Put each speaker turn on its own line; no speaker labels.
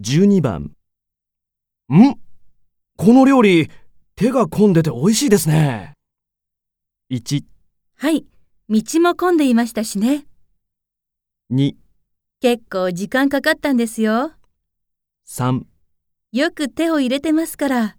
12番。んこの料理、手が込んでて美味しいですね。1、
はい、道も混んでいましたしね。
2、
結構時間かかったんですよ。
3。
よく手を入れてますから。